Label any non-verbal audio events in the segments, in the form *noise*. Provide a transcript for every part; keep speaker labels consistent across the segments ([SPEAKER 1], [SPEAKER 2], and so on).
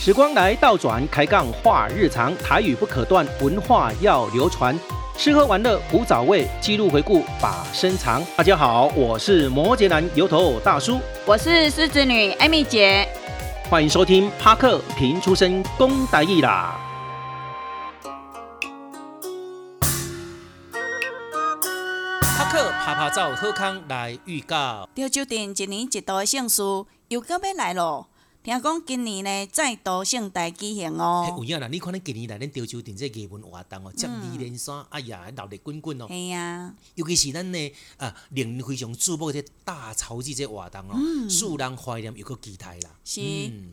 [SPEAKER 1] 时光来倒转，开杠话日常，台语不可断，文化要流传。吃喝玩乐古早味，记录回顾把身藏。大家好，我是摩羯男油头大叔，
[SPEAKER 2] 我是狮子女艾米姐。
[SPEAKER 1] 欢迎收听帕克平出身公台义啦。帕克拍拍照好康来预告。
[SPEAKER 2] 潮州镇一年一度的盛事又到要来咯，听讲今年呢再度盛大举行
[SPEAKER 1] 嘿有
[SPEAKER 2] 哦。
[SPEAKER 1] 影啦！你看咱今年来咱潮州镇这个艺文活动哦，接二连三，哎呀，闹热滚滚哦。
[SPEAKER 2] 嘿啊，
[SPEAKER 1] 尤其是咱的啊，令人非常注目的这大潮祭这活动哦，使人怀念又搁期待啦。
[SPEAKER 2] 嗯是
[SPEAKER 1] 嗯，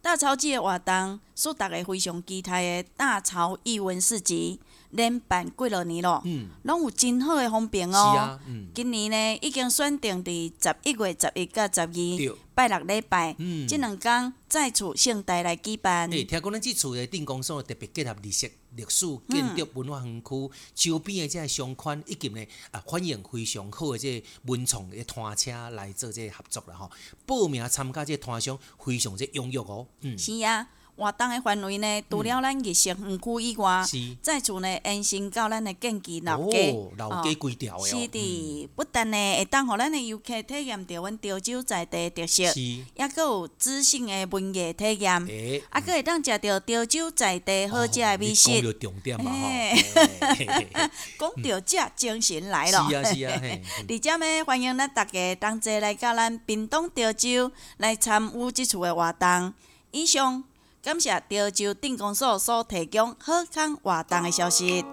[SPEAKER 2] 大潮节的活动，使大家非常期待的大潮艺文市集，连办几落年咯，
[SPEAKER 1] 嗯
[SPEAKER 2] 拢有真好的风评
[SPEAKER 1] 是
[SPEAKER 2] 哦。
[SPEAKER 1] 啊，嗯，
[SPEAKER 2] 今年呢已经选定伫十一月十一到十
[SPEAKER 1] 对
[SPEAKER 2] 二拜六礼拜，
[SPEAKER 1] 嗯
[SPEAKER 2] 即两天再次盛大来举办。
[SPEAKER 1] 诶，听讲咱即次的定公所特别结合历史、历史建筑文化园区周边的这个商圈，以及呢啊反映非常好的这个文创的摊车来做这个合作啦吼。报名参加这个摊商非常这踊跃哦，嗯，
[SPEAKER 2] 是啊，活动的范围呢，除了咱日式园区以外，
[SPEAKER 1] 是
[SPEAKER 2] 再次呢延伸到咱的建基啊老街。
[SPEAKER 1] 哦，老街规条的哦，
[SPEAKER 2] 是的，不但呢会当互咱的游客体验到阮潮州在地的特色，
[SPEAKER 1] 是，
[SPEAKER 2] 也佫有知性的文艺体验，
[SPEAKER 1] 诶，
[SPEAKER 2] 啊，佫会当食到潮州在地好食的美
[SPEAKER 1] 哦你
[SPEAKER 2] 食。
[SPEAKER 1] 讲到重点嘛吼，
[SPEAKER 2] 嘿
[SPEAKER 1] 嘿嘿嘿
[SPEAKER 2] 讲到这，精神 *laughs* 来了。
[SPEAKER 1] 是啊是啊，
[SPEAKER 2] *laughs*
[SPEAKER 1] 嘿，嗯
[SPEAKER 2] 而且呢，欢迎咱大家同齐来到咱屏东潮州来参与即次的活动。以上感谢潮州镇公所所提供好康活动的消息。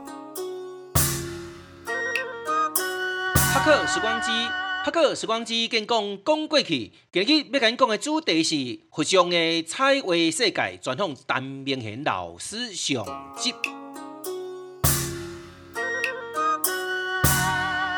[SPEAKER 1] 拍克时光机，拍克时光机，跟讲讲过去。今日要甲恁讲的主题是佛像的彩绘世界，专访陈明贤老师上集。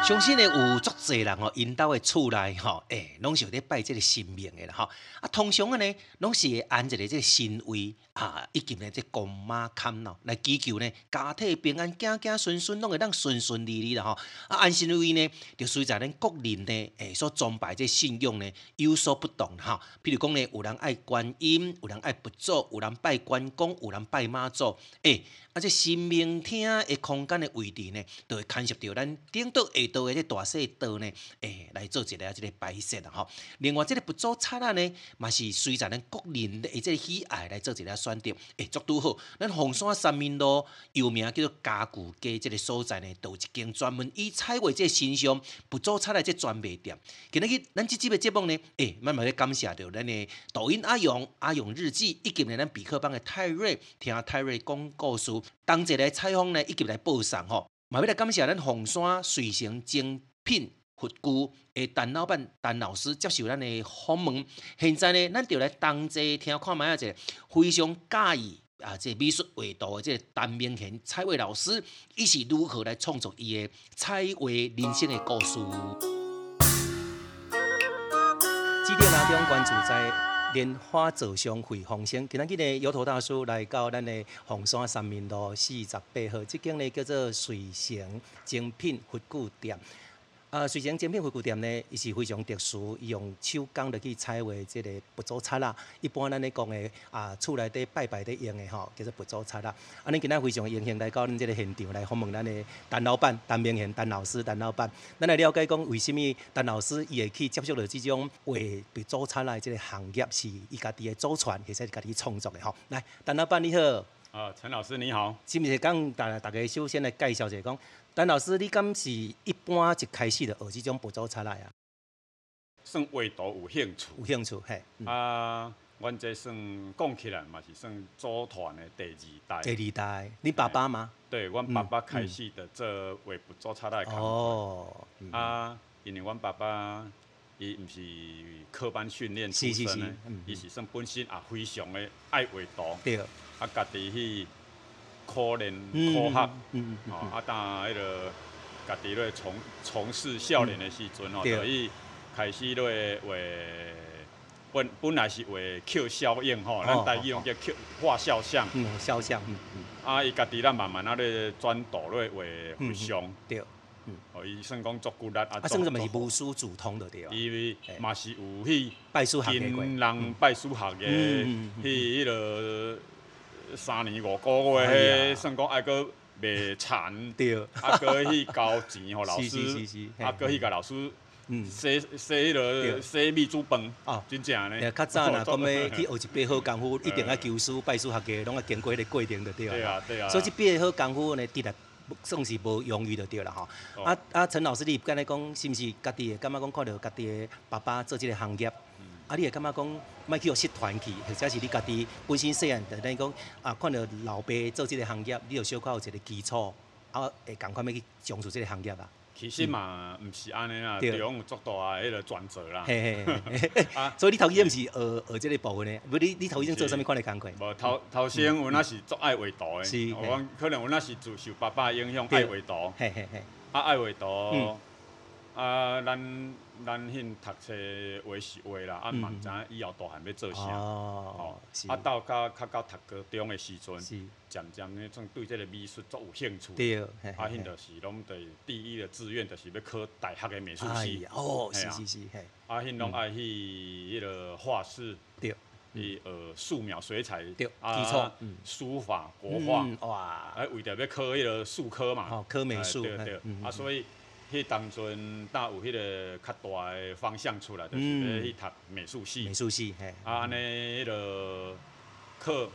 [SPEAKER 1] 相信呢有足侪人哦，因兜的厝内吼，诶、拢是有咧拜即个神明的啦吼。啊，通常的呢，拢是会安一个即个神位啊，以及呢即公妈坎咯，来祈求呢家体平安、囝囝顺顺，拢会当顺顺利利啦吼。啊，安神位呢，就随在咱个人呢，诶、所崇拜即信仰呢有所不同啦吼。譬如讲呢，有人爱观音，有人爱佛祖，有人拜关公，有人拜妈祖，诶、啊，这神明厅的空间的位置呢，就会牵涉到咱顶倒下道的这大细道呢，诶、来做一个啊即个摆设啦吼。另外，即个佛祖刹啊呢，嘛是随着咱个人的即个喜爱来做一个选择，诶、足拄好。咱红山三民路又名叫做家具街即个所在呢，就有一间专门以彩绘即个形象佛祖刹的即专卖店。今日咱即集的节目呢，诶、咱嘛要感谢到咱的抖音阿勇、阿勇日记，以及呢咱比克邦的泰瑞，听泰瑞讲故事，同齐来采访呢，以及来报送吼，嘛要来感谢咱红山水城精品。佛具的陈老板、陈老师接受咱的访问。现在呢，咱就来同齐听看卖啊，一个非常介意啊，这美术画图的这个陈明贤彩绘老师，伊是如何来创作伊的彩绘人生的故事。指点阿啊中关注在莲花座上会红生。今仔日呢，摇头大叔来到咱的红山三民路四十八号，这间呢叫做水城精品佛具店。啊，水城精品佛具店呢，伊是非常特殊，伊用手工来去彩绘即个佛祖漆啦。一般咱咧讲的啊，厝内底拜拜咧用的吼，叫做佛祖漆啦。啊，恁今仔非常荣幸来到恁即个现场来访问咱的陈老板、陈明贤、陈老师、陈老板。咱来了解讲，为什物陈老师伊会去接触到即种为被祖产的即个行业，是伊家己的祖传，或者是家己创作的吼。来，陈老板你好，
[SPEAKER 3] 啊，陈老师你好，
[SPEAKER 1] 是毋是讲大大家首先来介绍一下讲，陈老师你敢是一般一开始就学即种被祖产来啊？
[SPEAKER 3] 算画图有兴趣
[SPEAKER 1] 有兴趣嘿？嗯
[SPEAKER 3] 啊？阮这算讲起来嘛是算组团的第二代，
[SPEAKER 1] 第二代，你爸爸吗？
[SPEAKER 3] 对，阮
[SPEAKER 1] 嗯
[SPEAKER 3] 爸爸开始的这画不做差的工作、
[SPEAKER 1] 哦，嗯
[SPEAKER 3] 啊，因为阮爸爸伊毋是科班训练出
[SPEAKER 1] 是是
[SPEAKER 3] 身
[SPEAKER 1] 是
[SPEAKER 3] 的
[SPEAKER 1] 嗯，
[SPEAKER 3] 伊是算本身也非常的爱画图，
[SPEAKER 1] 对，
[SPEAKER 3] 啊，家己去苦练
[SPEAKER 1] 嗯
[SPEAKER 3] 苦学，
[SPEAKER 1] 嗯嗯
[SPEAKER 3] 哦，
[SPEAKER 1] 嗯，
[SPEAKER 3] 啊，当迄个家己咧从从事少年的时阵哦，
[SPEAKER 1] 嗯对
[SPEAKER 3] 就伊开始咧画，本本来是画扣效应吼，
[SPEAKER 1] 哦
[SPEAKER 3] 咱台语用叫扣画肖像，
[SPEAKER 1] 嗯，肖像，嗯嗯，
[SPEAKER 3] 啊，伊家己咱慢慢啊咧转导咧画佛像，
[SPEAKER 1] 对，嗯
[SPEAKER 3] 哦，伊算讲足骨力啊，
[SPEAKER 1] 啊，
[SPEAKER 3] 足
[SPEAKER 1] 算什么是
[SPEAKER 3] 足
[SPEAKER 1] 无师自通就对啊，
[SPEAKER 3] 伊
[SPEAKER 1] 嘿
[SPEAKER 3] 嘛是有迄
[SPEAKER 1] 拜师学艺过。
[SPEAKER 3] 金人拜师学的
[SPEAKER 1] 嗯嗯嗯嗯
[SPEAKER 3] 迄迄落三年五个
[SPEAKER 1] 哎
[SPEAKER 3] 月，
[SPEAKER 1] 呀
[SPEAKER 3] 迄算讲爱搁卖
[SPEAKER 1] *laughs*，
[SPEAKER 3] 田
[SPEAKER 1] 对，
[SPEAKER 3] 啊搁去交
[SPEAKER 1] *laughs*
[SPEAKER 3] 钱互老
[SPEAKER 1] 是是是
[SPEAKER 3] 师，
[SPEAKER 1] 是，
[SPEAKER 3] 啊
[SPEAKER 1] 嘿
[SPEAKER 3] 搁去甲老师
[SPEAKER 1] 嗯，
[SPEAKER 3] 洗洗迄落
[SPEAKER 1] 对
[SPEAKER 3] 洗米煮饭，
[SPEAKER 1] 哦
[SPEAKER 3] 真正
[SPEAKER 1] 对
[SPEAKER 3] 呢。
[SPEAKER 1] 较早
[SPEAKER 3] *laughs*
[SPEAKER 1] 若讲要去
[SPEAKER 3] 对
[SPEAKER 1] 学一辈好功夫，一定要求师拜师学艺，拢要经过迄个过程就对啊。
[SPEAKER 3] 啊对啊，
[SPEAKER 1] 所以这辈好功夫呢，的确算是无容易就对啦吼。
[SPEAKER 3] 哦
[SPEAKER 1] 啊啊，陈老师，你敢才讲是毋是家己会感觉讲看到家己的爸爸做即个行业，
[SPEAKER 3] 嗯
[SPEAKER 1] 啊，你会感觉讲莫去互失传去，或者是你家己本身细汉就等于讲啊，看到老爸做即个行业，你就小可有一个基础，啊，会赶快要去从事即个行业啦。
[SPEAKER 3] 其实嘛，毋是安尼啦，
[SPEAKER 1] 嗯对
[SPEAKER 3] 对方有足大的迄落转折啦。
[SPEAKER 1] 嘿嘿嘿嘿，
[SPEAKER 3] *laughs*
[SPEAKER 1] *laughs*
[SPEAKER 3] 啊，
[SPEAKER 1] 所以你头先毋是学学即个部分呢？无你你头先做啥物款的工课？
[SPEAKER 3] 无头头先，阮那是足爱画图
[SPEAKER 1] 嗯是
[SPEAKER 3] 的，
[SPEAKER 1] 嘿
[SPEAKER 3] 我讲可能阮那是自受爸爸的影响
[SPEAKER 1] 对
[SPEAKER 3] 爱画图，
[SPEAKER 1] 嘿嘿嘿，
[SPEAKER 3] 啊爱画
[SPEAKER 1] 嗯
[SPEAKER 3] 图，啊咱咱迄读册画是画啦，啊
[SPEAKER 1] 嗯
[SPEAKER 3] 嘛毋知影以后大汉要做啥。
[SPEAKER 1] 哦
[SPEAKER 3] 哦，
[SPEAKER 1] 是
[SPEAKER 3] 啊，到较较到读高中的时阵，
[SPEAKER 1] 是，
[SPEAKER 3] 渐渐呢，种对即个美术足有兴趣。
[SPEAKER 1] 哦对，嘿
[SPEAKER 3] 啊，
[SPEAKER 1] 嘿
[SPEAKER 3] 迄就是拢就是第一的志愿，就是要考大学的美术
[SPEAKER 1] 哎
[SPEAKER 3] 系
[SPEAKER 1] 呀。，嗯哦，
[SPEAKER 3] 嘿
[SPEAKER 1] 是
[SPEAKER 3] 啊
[SPEAKER 1] 是是，嘿，
[SPEAKER 3] 啊，迄拢爱去迄个画室，
[SPEAKER 1] 对，
[SPEAKER 3] 去呃素描、水彩，
[SPEAKER 1] 嗯对
[SPEAKER 3] 啊
[SPEAKER 1] 基础嗯
[SPEAKER 3] 书法、国画，
[SPEAKER 1] 嗯哇，
[SPEAKER 3] 啊，为着要考迄个术科嘛，
[SPEAKER 1] 哦科美术
[SPEAKER 3] 哎对
[SPEAKER 1] 嘿
[SPEAKER 3] 对
[SPEAKER 1] 嗯，嗯
[SPEAKER 3] 啊，所以迄当阵搭有迄个较大的方向出来，就是要去读美术系
[SPEAKER 1] 嗯美，术系，嘿，
[SPEAKER 3] 啊，安尼迄个课。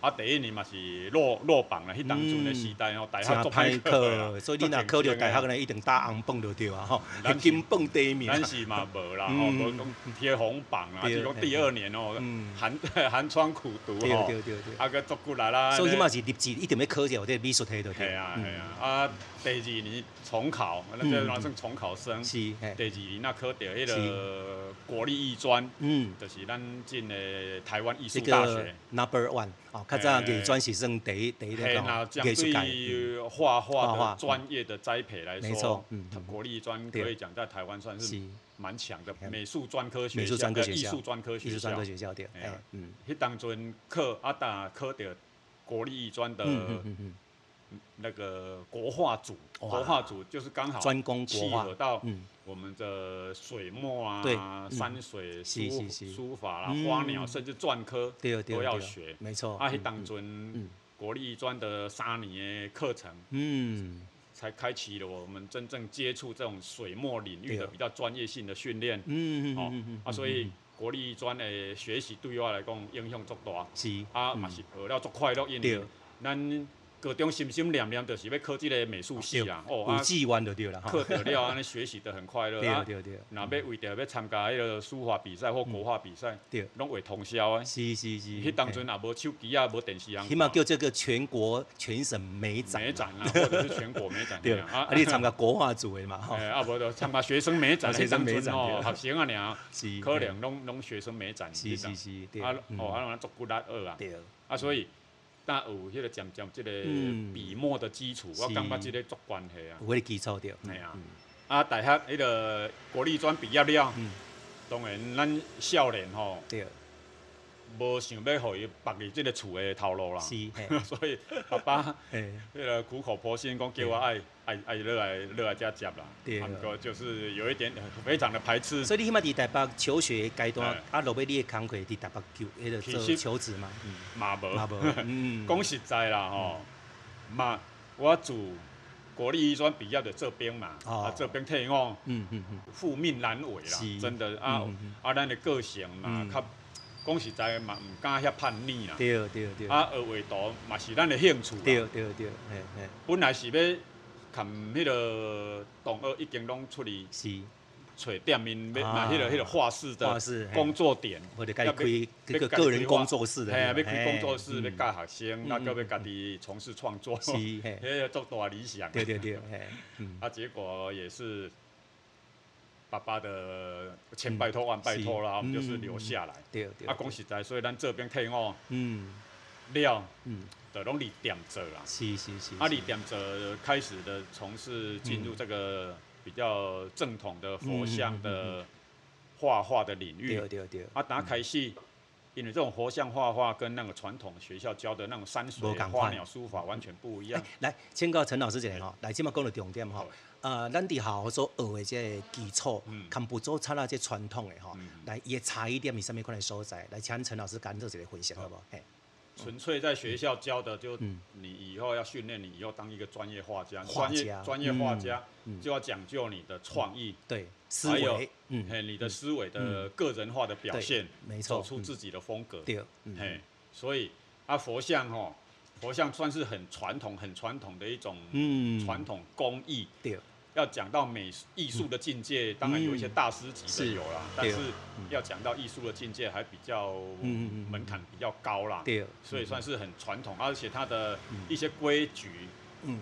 [SPEAKER 3] 啊，第一年嘛是落落榜啦，迄当阵的时代吼，大
[SPEAKER 1] 嗯真
[SPEAKER 3] 学做啊
[SPEAKER 1] 歹
[SPEAKER 3] 考的啦
[SPEAKER 1] 考，所以你若考着大学，呢，一定打红榜就对啊，吼，
[SPEAKER 3] *laughs* 咱是
[SPEAKER 1] 金榜第一名，
[SPEAKER 3] 咱是嘛无啦，吼，
[SPEAKER 1] 嗯
[SPEAKER 3] 无讲贴红榜啦，
[SPEAKER 1] 对
[SPEAKER 3] 只讲第二年哦
[SPEAKER 1] 嗯，
[SPEAKER 3] 寒 *laughs* 寒窗苦
[SPEAKER 1] *laughs*
[SPEAKER 3] 读
[SPEAKER 1] 对
[SPEAKER 3] 吼，
[SPEAKER 1] 对对对，
[SPEAKER 3] 啊个足骨力啦，
[SPEAKER 1] 所以起码
[SPEAKER 3] 是，
[SPEAKER 1] 是立志一定要考着这个美术系就
[SPEAKER 3] 系
[SPEAKER 1] 对了，
[SPEAKER 3] 啊
[SPEAKER 1] 嗯
[SPEAKER 3] 系啊，啊第二年重考，那
[SPEAKER 1] 嗯
[SPEAKER 3] 这算算重考生，
[SPEAKER 1] 是，嘿，
[SPEAKER 3] 第二年那考到迄个国立艺专，
[SPEAKER 1] 嗯。
[SPEAKER 3] 就是咱进的台湾艺术
[SPEAKER 1] 这
[SPEAKER 3] 大
[SPEAKER 1] 个
[SPEAKER 3] 学，
[SPEAKER 1] number one 哦，较早
[SPEAKER 3] 嘿
[SPEAKER 1] 艺专是算第一第一
[SPEAKER 3] 嘿，那
[SPEAKER 1] 个
[SPEAKER 3] 这
[SPEAKER 1] 艺
[SPEAKER 3] 样
[SPEAKER 1] 术
[SPEAKER 3] 对
[SPEAKER 1] 界，嗯
[SPEAKER 3] 于画
[SPEAKER 1] 画画
[SPEAKER 3] 画的
[SPEAKER 1] 嗯
[SPEAKER 3] 专业的栽培来
[SPEAKER 1] 没错
[SPEAKER 3] 说
[SPEAKER 1] 嗯嗯，
[SPEAKER 3] 国立艺专可
[SPEAKER 1] 对
[SPEAKER 3] 以讲在台湾算
[SPEAKER 1] 是
[SPEAKER 3] 是蛮强的
[SPEAKER 1] 嗯
[SPEAKER 3] 美术专科学
[SPEAKER 1] 美术
[SPEAKER 3] 校
[SPEAKER 1] 专科
[SPEAKER 3] 呃
[SPEAKER 1] 学
[SPEAKER 3] 艺
[SPEAKER 1] 校
[SPEAKER 3] 术专科
[SPEAKER 1] 艺
[SPEAKER 3] 学
[SPEAKER 1] 术专
[SPEAKER 3] 校
[SPEAKER 1] 科。学校对，
[SPEAKER 3] 哎呀
[SPEAKER 1] 哎，嗯，
[SPEAKER 3] 迄当阵考啊，打考到国立艺专的
[SPEAKER 1] 嗯嗯嗯
[SPEAKER 3] 那个国画组，
[SPEAKER 1] 哇
[SPEAKER 3] 国画组就是刚
[SPEAKER 1] 嗯，
[SPEAKER 3] 好
[SPEAKER 1] 专攻国
[SPEAKER 3] 契
[SPEAKER 1] 画
[SPEAKER 3] 合，到
[SPEAKER 1] 嗯，
[SPEAKER 3] 我们的水墨
[SPEAKER 1] 对
[SPEAKER 3] 啊
[SPEAKER 1] 嗯、
[SPEAKER 3] 山水、
[SPEAKER 1] 是
[SPEAKER 3] 书
[SPEAKER 1] 是是
[SPEAKER 3] 书法啦
[SPEAKER 1] 嗯、
[SPEAKER 3] 花鸟，甚至篆刻
[SPEAKER 1] 对对
[SPEAKER 3] 都
[SPEAKER 1] 对，
[SPEAKER 3] 要学。
[SPEAKER 1] 没错。
[SPEAKER 3] 啊，迄
[SPEAKER 1] 嗯
[SPEAKER 3] 当
[SPEAKER 1] 嗯
[SPEAKER 3] 阵国立艺专的三年的课程，
[SPEAKER 1] 嗯，
[SPEAKER 3] 才开启了我们真正接触这种水墨领域
[SPEAKER 1] 对哦
[SPEAKER 3] 的比较专业性的训练。
[SPEAKER 1] 嗯嗯
[SPEAKER 3] 哦
[SPEAKER 1] 嗯嗯，
[SPEAKER 3] 啊，所以国立艺专的学习对我来讲影响足大。
[SPEAKER 1] 嗯是
[SPEAKER 3] 啊，嘛是学了足快乐，因为
[SPEAKER 1] 对
[SPEAKER 3] 咱高中心心念念就是要考这个美术系啦，哦
[SPEAKER 1] 五
[SPEAKER 3] 啊，
[SPEAKER 1] G 弯就对了
[SPEAKER 3] 考
[SPEAKER 1] 哈，
[SPEAKER 3] 得了，安尼学习得很
[SPEAKER 1] *laughs*
[SPEAKER 3] 快乐
[SPEAKER 1] 对
[SPEAKER 3] 啊。
[SPEAKER 1] 对对
[SPEAKER 3] 若要为着要参加迄个书法比赛或国画比赛，
[SPEAKER 1] 嗯对，
[SPEAKER 3] 拢会通宵诶。
[SPEAKER 1] 是是是。
[SPEAKER 3] 迄当阵也无手机啊，无电视啊
[SPEAKER 1] 嘿，，起码叫这个全国全省美展
[SPEAKER 3] 美，展啦，啊 *laughs* 或者是全国美展
[SPEAKER 1] 对，
[SPEAKER 3] 啊
[SPEAKER 1] 啊，你参加国画组的嘛哈，
[SPEAKER 3] *laughs* 哎，啊无就参加学生美展，
[SPEAKER 1] 学生美
[SPEAKER 3] 迄
[SPEAKER 1] 展
[SPEAKER 3] 当阵哦，
[SPEAKER 1] 对
[SPEAKER 3] 学生啊俩，
[SPEAKER 1] *laughs* 是
[SPEAKER 3] 可
[SPEAKER 1] 嘿
[SPEAKER 3] 能拢拢学生美展，
[SPEAKER 1] 是
[SPEAKER 3] 这样
[SPEAKER 1] 是是，对，
[SPEAKER 3] 啊
[SPEAKER 1] 嗯
[SPEAKER 3] 哦，啊，咱足骨力学啊。
[SPEAKER 1] 对，
[SPEAKER 3] 啊，所以搭有迄个渐渐即个
[SPEAKER 1] 嗯
[SPEAKER 3] 笔墨的基础，我
[SPEAKER 1] 是
[SPEAKER 3] 感觉即个足关系啊
[SPEAKER 1] 有。迄个基础对，嗯
[SPEAKER 3] 嘿啊
[SPEAKER 1] 嗯
[SPEAKER 3] 啊，大学迄个国立专毕业了
[SPEAKER 1] 嗯，
[SPEAKER 3] 当然咱少年吼，
[SPEAKER 1] 对，
[SPEAKER 3] 无想要互伊绑入即个厝的头路啦。
[SPEAKER 1] 是，嘿
[SPEAKER 3] *laughs* 所以爸爸
[SPEAKER 1] 嘿，
[SPEAKER 3] 迄个苦口婆心讲，叫我爱爱爱落来落来遮接啦。
[SPEAKER 1] 对
[SPEAKER 3] 啊，不过就是有一点非常的排斥。
[SPEAKER 1] 所以你起码伫台北求学的阶段
[SPEAKER 3] 哎，
[SPEAKER 1] 啊，落尾你的工课伫台北求，迄个
[SPEAKER 3] 其
[SPEAKER 1] 做
[SPEAKER 3] 实
[SPEAKER 1] 求职嘛，嗯
[SPEAKER 3] 嘛无
[SPEAKER 1] 嘛无，
[SPEAKER 3] *laughs*
[SPEAKER 1] 嗯，
[SPEAKER 3] 讲实在啦吼，嘛我自国立医专毕业就做兵嘛，
[SPEAKER 1] 哦
[SPEAKER 3] 啊做兵退伍。
[SPEAKER 1] 嗯嗯嗯，
[SPEAKER 3] 负面难为啦
[SPEAKER 1] 是，
[SPEAKER 3] 真的啊、
[SPEAKER 1] 嗯嗯
[SPEAKER 3] 啊，咱的个性嘛，
[SPEAKER 1] 嗯
[SPEAKER 3] 较讲实在嘛，毋敢遐叛逆啦。
[SPEAKER 1] 对对对，
[SPEAKER 3] 啊，学画图嘛是咱的兴趣
[SPEAKER 1] 对
[SPEAKER 3] 啦。
[SPEAKER 1] 对对，嘿嘿，
[SPEAKER 3] 本来是要含迄个同学已经拢出去
[SPEAKER 1] 是，
[SPEAKER 3] 找店面，要
[SPEAKER 1] 啊
[SPEAKER 3] 嘛迄个迄个画室
[SPEAKER 1] 画
[SPEAKER 3] 的
[SPEAKER 1] 室嘿
[SPEAKER 3] 工作点，
[SPEAKER 1] 或者家己开这
[SPEAKER 3] 要
[SPEAKER 1] 个
[SPEAKER 3] 要自己
[SPEAKER 1] 个人
[SPEAKER 3] 画
[SPEAKER 1] 工作室的
[SPEAKER 3] 嘿啊，
[SPEAKER 1] 地
[SPEAKER 3] 要
[SPEAKER 1] 方
[SPEAKER 3] 开工作室，
[SPEAKER 1] 嘿
[SPEAKER 3] 要教学生，
[SPEAKER 1] 嗯
[SPEAKER 3] 那
[SPEAKER 1] 嗯
[SPEAKER 3] 个要
[SPEAKER 1] 嗯
[SPEAKER 3] 家己从事创作， *laughs*
[SPEAKER 1] 是嘿
[SPEAKER 3] 迄个足大理想。
[SPEAKER 1] 对对对，嘿，嗯，
[SPEAKER 3] *laughs* 啊，结果也是爸爸的千拜托万拜托啦，
[SPEAKER 1] 是
[SPEAKER 3] 我们就是留下来。
[SPEAKER 1] 对对，
[SPEAKER 3] 啊，讲，实在，所以咱这边退伍
[SPEAKER 1] 嗯
[SPEAKER 3] 了，
[SPEAKER 1] 嗯，
[SPEAKER 3] 就拢离店做啦。
[SPEAKER 1] 是是是，
[SPEAKER 3] 啊，
[SPEAKER 1] 是
[SPEAKER 3] 离店做开始的从事进入这个比较正统的佛像
[SPEAKER 1] 嗯
[SPEAKER 3] 的画画的领域。
[SPEAKER 1] 对对对，
[SPEAKER 3] 啊，打开始。因为这种佛像画画跟那个传统学校教的那种山水
[SPEAKER 1] 不同款
[SPEAKER 3] 花鸟书法完全不一样
[SPEAKER 1] 哎，，来，请教陈老师一下吼，来，即马讲到重点吼
[SPEAKER 3] 好，
[SPEAKER 1] 呃，咱伫校所学的这个基础
[SPEAKER 3] 嗯，
[SPEAKER 1] 堪不做差啦这传统的吼
[SPEAKER 3] 嗯，
[SPEAKER 1] 来伊的差异点是啥物款的所在，来请陈老师咱做一个分析好无？嘿，
[SPEAKER 3] 纯粹在学校教的，就
[SPEAKER 1] 嗯
[SPEAKER 3] 你以后要训练你以后当一个专业画家，
[SPEAKER 1] 画
[SPEAKER 3] 专业
[SPEAKER 1] 家
[SPEAKER 3] 专业画家
[SPEAKER 1] 嗯嗯
[SPEAKER 3] 就要讲究你的创意，
[SPEAKER 1] 对，思
[SPEAKER 3] 还有
[SPEAKER 1] 维，嗯，
[SPEAKER 3] 哎嘿，你的思维的个人化的表
[SPEAKER 1] 对
[SPEAKER 3] 现，
[SPEAKER 1] 没
[SPEAKER 3] 走
[SPEAKER 1] 错，
[SPEAKER 3] 出
[SPEAKER 1] 嗯
[SPEAKER 3] 自己的风格，
[SPEAKER 1] 对，嗯
[SPEAKER 3] 嘿，所以啊，佛像吼，佛像算是很传统、很传统的一种
[SPEAKER 1] 嗯
[SPEAKER 3] 传统工艺。
[SPEAKER 1] 对，
[SPEAKER 3] 要讲到美术艺术的境界，当然有一些大师级的
[SPEAKER 1] 是
[SPEAKER 3] 有啦，但
[SPEAKER 1] 对
[SPEAKER 3] 是
[SPEAKER 1] 嗯
[SPEAKER 3] 要讲到艺术的境界还比较
[SPEAKER 1] 嗯嗯嗯
[SPEAKER 3] 门槛比较高啦，
[SPEAKER 1] 对，嗯
[SPEAKER 3] 所以算
[SPEAKER 1] 是
[SPEAKER 3] 是很传统，而且它的一些规矩
[SPEAKER 1] 嗯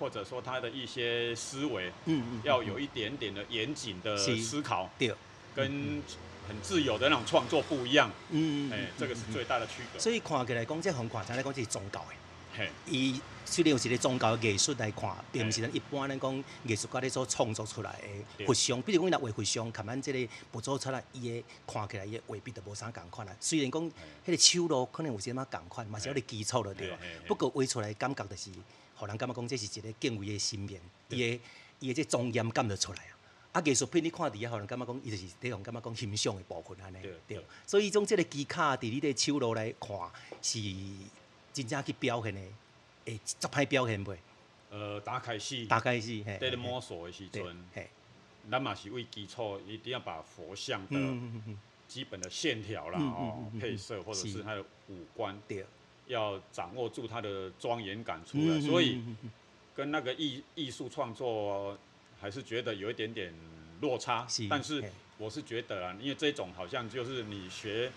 [SPEAKER 3] 或者说它的一些思维
[SPEAKER 1] 嗯嗯
[SPEAKER 3] 要有一点点的严谨的
[SPEAKER 1] 是
[SPEAKER 3] 思考，
[SPEAKER 1] 对，嗯
[SPEAKER 3] 跟很自由的那种创作不一样，
[SPEAKER 1] 嗯，
[SPEAKER 3] 哎，这个是最大的区隔。
[SPEAKER 1] 所以看起来讲这横看，才来讲这是宗教的。
[SPEAKER 3] 嘿，
[SPEAKER 1] 伊虽然有一个宗教艺术来看，并毋是咱一般咱讲艺术家咧所创作出来的
[SPEAKER 3] 对
[SPEAKER 1] 佛像，比如讲伊若画佛像，含咱即个佛祖出来，伊的看起来伊的画笔都无啥共款啊。虽然讲迄个手路可能有些仔共款，嘛是有咧基础了对啊
[SPEAKER 3] 哎嘿嘿嘿。
[SPEAKER 1] 不过画出来的感觉就是，互人感觉讲这是一个敬畏的心面，伊的伊的这庄严感就出来啊。啊，艺术品你看伫遐，互人感觉讲，伊就是咧互感觉讲欣赏的部分安尼
[SPEAKER 3] 对，
[SPEAKER 1] 对
[SPEAKER 3] 对。
[SPEAKER 1] 所以种即个技巧伫你的手路来看，是真正去表现的，会足歹表现袂，
[SPEAKER 3] 呃，打开戏，
[SPEAKER 1] 大概是嘿。
[SPEAKER 3] 在咧
[SPEAKER 1] 嘿
[SPEAKER 3] 摸索的时
[SPEAKER 1] 对
[SPEAKER 3] 阵，
[SPEAKER 1] 嘿，
[SPEAKER 3] 咱嘛是为基础，一定要把佛像的
[SPEAKER 1] 嗯嗯嗯嗯，
[SPEAKER 3] 基本的线条啦、
[SPEAKER 1] 嗯嗯
[SPEAKER 3] 哦
[SPEAKER 1] 嗯、嗯
[SPEAKER 3] 配色或者
[SPEAKER 1] 是
[SPEAKER 3] 是它的五官，
[SPEAKER 1] 对。
[SPEAKER 3] 要掌握住它的庄严感出来。
[SPEAKER 1] 嗯
[SPEAKER 3] 所以，
[SPEAKER 1] 嗯嗯
[SPEAKER 3] 跟那个艺艺术创作还是觉得有一点点落差
[SPEAKER 1] 是，
[SPEAKER 3] 但是
[SPEAKER 1] 嘿
[SPEAKER 3] 我是觉得啦，因为这种好像就是你学